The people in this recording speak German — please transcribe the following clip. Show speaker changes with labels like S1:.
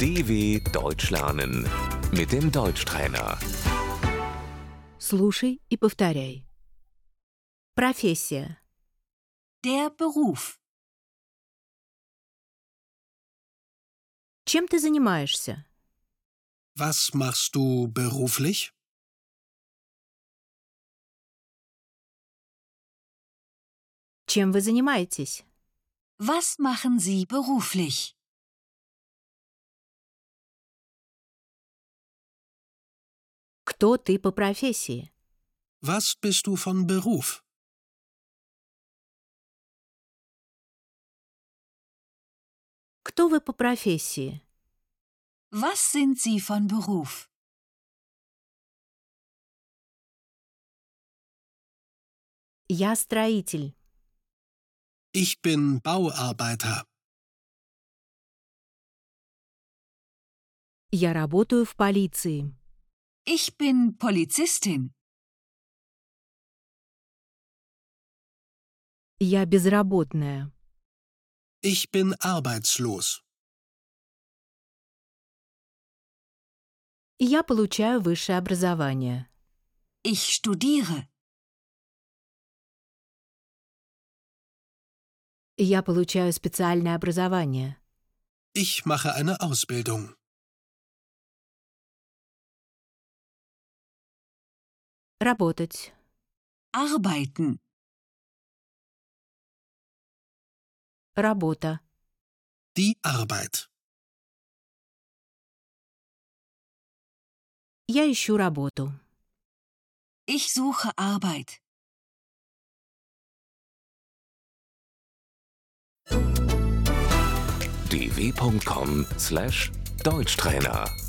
S1: DW Deutsch lernen mit dem Deutschtrainer.
S2: Слушай и повторяй. Профессия.
S3: Der Beruf.
S2: Чем ты занимаешься?
S4: Was machst du beruflich?
S2: Чем вы занимаетесь?
S3: Was machen Sie beruflich?
S2: Кто ты по профессии?
S4: Was bist du von Beruf?
S2: Кто вы по профессии?
S3: Was sind Sie von Beruf?
S2: Я строитель.
S4: Ich bin Bauarbeiter.
S2: Я работаю в полиции.
S3: Ich bin Polizistin.
S2: Я безработная.
S4: Ich bin arbeitslos.
S2: Я получаю высшее образование.
S3: Ich studiere.
S2: Я получаю специальное образование.
S4: Ich mache eine Ausbildung.
S2: Работать.
S3: Arbeiten.
S2: Работа.
S4: Die Arbeit.
S2: Я ищу работу.
S3: Ich suche Arbeit.
S1: dw.com/deutschtrainer